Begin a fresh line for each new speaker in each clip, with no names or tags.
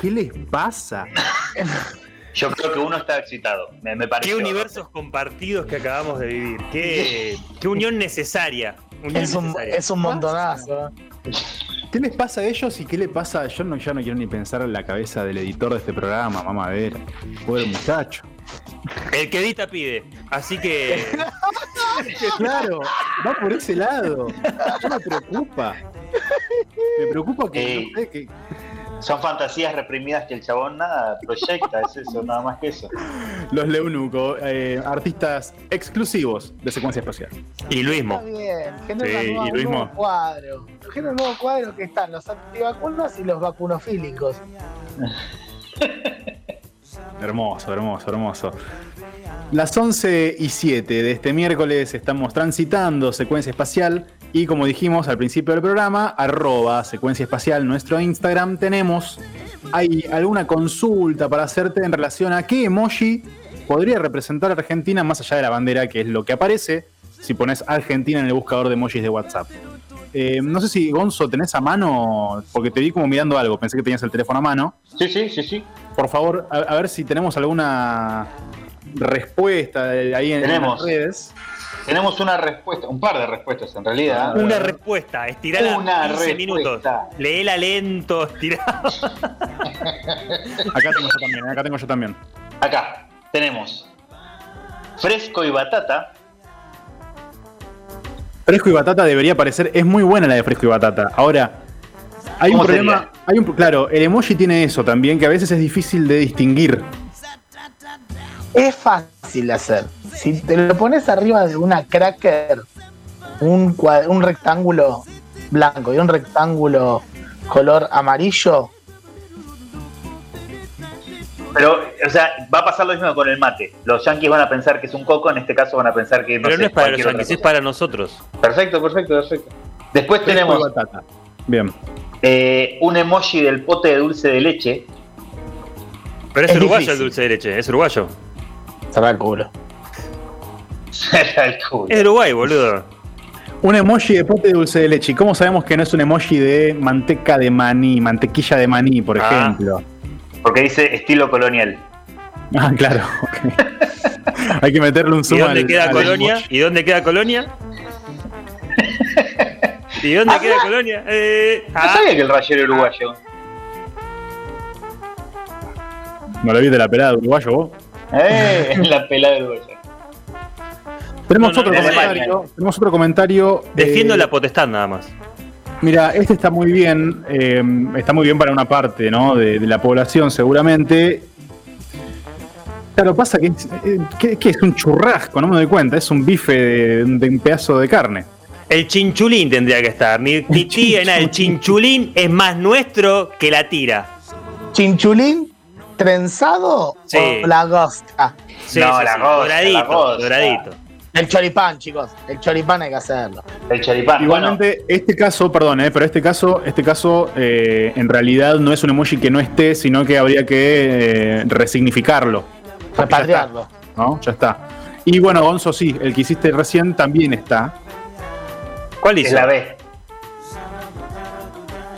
¿Qué les pasa?
Yo creo que uno está excitado. Me, me
Qué
pareció.
universos compartidos que acabamos de vivir. Qué, qué unión necesaria. Unión
Es un,
necesaria.
es un montonazo.
¿Qué les pasa a ellos y qué le pasa? Yo no, ya no quiero ni pensar en la cabeza del editor de este programa, mamá ver. Pobre muchacho.
El que edita pide. Así que
Claro, va por ese lado. Yo me preocupa. Me preocupa que,
Ey.
no sé, que-
Son fantasías reprimidas que el chabón nada proyecta, es eso, nada más que eso.
los Leunuco, eh, artistas exclusivos de secuencia espacial.
y
Está
Luismo.
bien. Genera
Sí,
una nueva-
y
un
Luismo.
nuevo cuadro. Genera un nuevo cuadro que están los antivacunas y los vacunofílicos.
Hermoso, hermoso, hermoso. Las 11 y 7 de este miércoles estamos transitando secuencia espacial y como dijimos al principio del programa, arroba secuencia espacial nuestro Instagram, tenemos ahí alguna consulta para hacerte en relación a qué emoji podría representar a Argentina más allá de la bandera, que es lo que aparece si pones Argentina en el buscador de emojis de WhatsApp. Eh, no sé si Gonzo tenés a mano, porque te vi como mirando algo, pensé que tenías el teléfono a mano.
Sí, sí, sí, sí.
Por favor, a, a ver si tenemos alguna respuesta de- ahí en, en
Tenemos.
las redes.
Tenemos una respuesta, un par de respuestas en realidad.
Una respuesta. Estirala
Una
15 minutos.
respuesta.
Leela lento, estirá.
Acá tengo yo también, acá tengo yo también.
Acá tenemos fresco y batata.
Fresco y batata debería aparecer, es muy buena la de fresco y batata. Ahora, hay un
¿Cómo
problema, hay un, claro, el emoji tiene eso también, que a veces es difícil de distinguir.
Es fácil hacer. Si te lo pones arriba de una cracker, un, cua- un rectángulo blanco y un rectángulo color amarillo,
Pero, o sea, va a pasar lo mismo con el mate. Los yanquis van a pensar que es un coco, en este caso van a pensar que no,
Pero
sé,
no es para los
cualquier otra
yanquis, es
cosa.
para nosotros.
Perfecto, perfecto, perfecto. Después
Fresco y
tenemos
batata. Bien.
eh, un emoji del pote de dulce de leche.
Pero es,
Es
uruguayo
difícil.
el dulce de leche, es uruguayo.
cerrar el culo.
Cerra el culo.
Es de Uruguay, boludo.
Un emoji de pote de dulce de leche. ¿Cómo sabemos que no es un emoji de manteca de maní, mantequilla de maní, por
Ah.
ejemplo?
Porque dice estilo colonial.
Ah, claro. ok. hay que meterle un
¿Y
zoom
dónde
al-
queda
al
Colonia?
emoji.
¿Y dónde queda Colonia? ¿Y dónde queda Colonia? Eh,
No
ah,
sabía que el rayero uruguayo.
¿No lo viste la pelada de uruguayo vos?
Ah.
Eh, la pelada del uruguayo.
Tenemos,
No, no,
otro
no, no,
comentario, tenemos otro comentario.
defiendo
eh,
la potestad nada más.
Mira, este está muy bien. eh, está muy bien para una parte ¿no? de, de la población, seguramente. Claro, pasa que es, eh, que- que es un churrasco, no me doy cuenta. Es un bife de, de un pedazo de carne.
El chinchulín tendría que estar. Mi, mi tía, nada, el chinchulín es más nuestro que la tira.
Chinchulín, trenzado
Sí.
o la gosta.
Sí,
No,
sí,
la
sí,
rosa,
doradito,
la rosa.
doradito.
El choripán, chicos. El choripán hay que hacerlo.
El choripán.
Igualmente, este caso, perdón, eh, pero este caso, este caso eh, en realidad no es un emoji que no esté, sino que habría que eh, resignificarlo.
Repatriarlo.
¿no? Ya está. Y bueno, Gonzo, sí, el que hiciste recién también está.
¿Cuál
Bueno, es
hizo?
la B.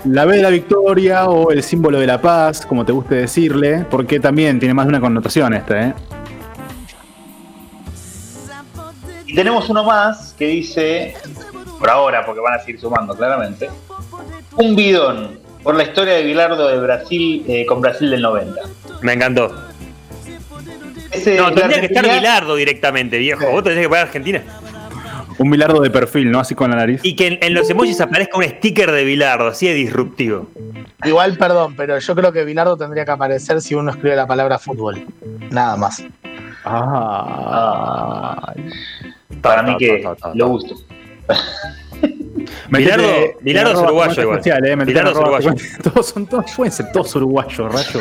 La B de la victoria o el símbolo de la paz, como te guste decirle, porque también tiene más de una connotación este, ¿eh?
Y tenemos uno más que dice, por ahora, porque van a seguir sumando claramente, un bidón por la historia de Bilardo de Brasil eh, con Brasil del 90.
Me encantó.
Ese
No,
de
tendría que estar
Argentina,
Bilardo directamente, viejo. Vos tendrías que pagar Argentina.
Un bilardo de perfil, ¿no? Así con la nariz.
Y que en, en los emojis aparezca un sticker de Bilardo, así de disruptivo.
Igual, perdón, pero yo creo que Bilardo tendría que aparecer si uno escribe la palabra fútbol. Nada más.
Ah.
Para mí que lo gusto.
Metete-
Bilardo- Bilardo es
arroba
uruguayo
cuenta
igual.
social, ¿eh? Metete
Bilardo es
arroba
uruguayo.
cuenta- Todos son todos, pueden ser todos uruguayos, rayo.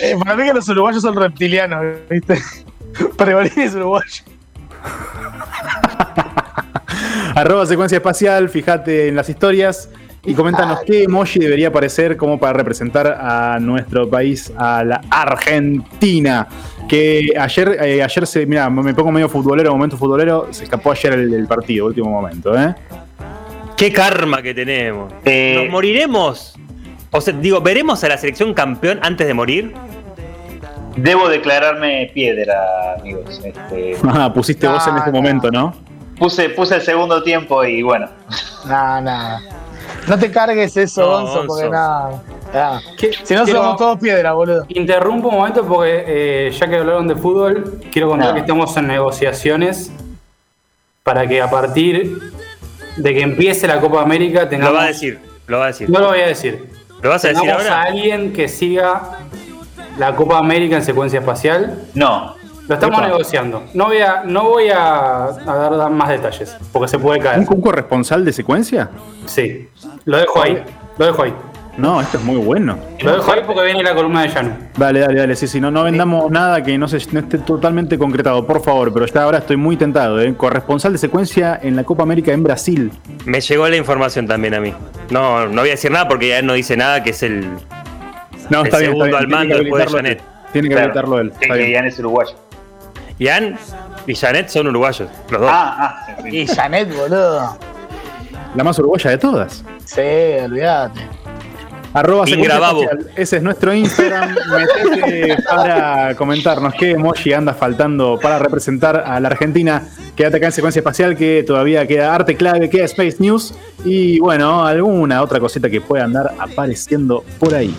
Eh, Para mí que los uruguayos son reptilianos, ¿viste? Pergolini es uruguayo.
arroba secuencia espacial, fíjate en las historias y coméntanos qué emoji debería aparecer como para representar a nuestro país, a la Argentina. Que ayer, eh, ayer se, mira, me pongo medio futbolero, momento futbolero, se escapó ayer el, el partido, último momento, ¿eh?
Qué karma que tenemos.
Eh,
¿Nos moriremos? O sea, digo, ¿veremos a la selección campeón antes de morir?
Debo declararme piedra, amigos. Este,
Ah, pusiste vos en
Ah,
este
no.
momento, ¿no?
puse, puse el segundo tiempo y bueno.
No, no. No te cargues eso,
No,
Gonzo, porque
Gonzo.
nada. nada.
Que-
Si no,
quiero-
somos todos piedra, boludo.
Interrumpo un momento porque eh, ya que hablaron de fútbol, quiero contar
Ah.
No.
que estamos en negociaciones para que a partir de que empiece la Copa América tengamos.
Lo va a decir, lo va a decir.
No lo voy a decir.
¿Lo vas a decir
Tengamos a
ahora?
alguien que siga la Copa América en secuencia espacial.
No.
Lo estamos
Epa.
negociando. No voy a, no voy a, a dar dar más detalles porque se puede
¿Un,
caer.
un corresponsal de secuencia?
Sí. Lo dejo ahí. Lo dejo ahí.
No, esto es muy bueno.
Lo dejo ahí porque viene la columna de Llano.
Dale, dale, dale. Sí, sí, no, no vendamos nada que no, se, no esté totalmente concretado, por favor. Pero ya ahora estoy muy tentado, ¿eh? Corresponsal de secuencia en la Copa América en Brasil.
Me llegó la información también a mí. No, no voy a decir nada porque ya no dice nada, que es el.
No,
El
está bien, está
segundo
bien.
al
Tiene
mando
que
después de
habilitarlo él.
Janet.
Tiene que
Claro.
habilitarlo él.
Sí,
Está
que
bien.
Ian es uruguayo.
Ian y Janet son uruguayos, los dos.
Ah, ah. sí, sí.
Y ya-
Janet, boludo.
La más uruguaya de todas.
Sí, olvídate.
Arroba
Ingra
secuencia
Babu.
espacial. Ese es nuestro Instagram. Metete para comentarnos qué emoji anda faltando para representar a la Argentina. Quédate acá en secuencia espacial que todavía queda arte clave, queda Space News y bueno, alguna otra cosita que pueda andar apareciendo por ahí.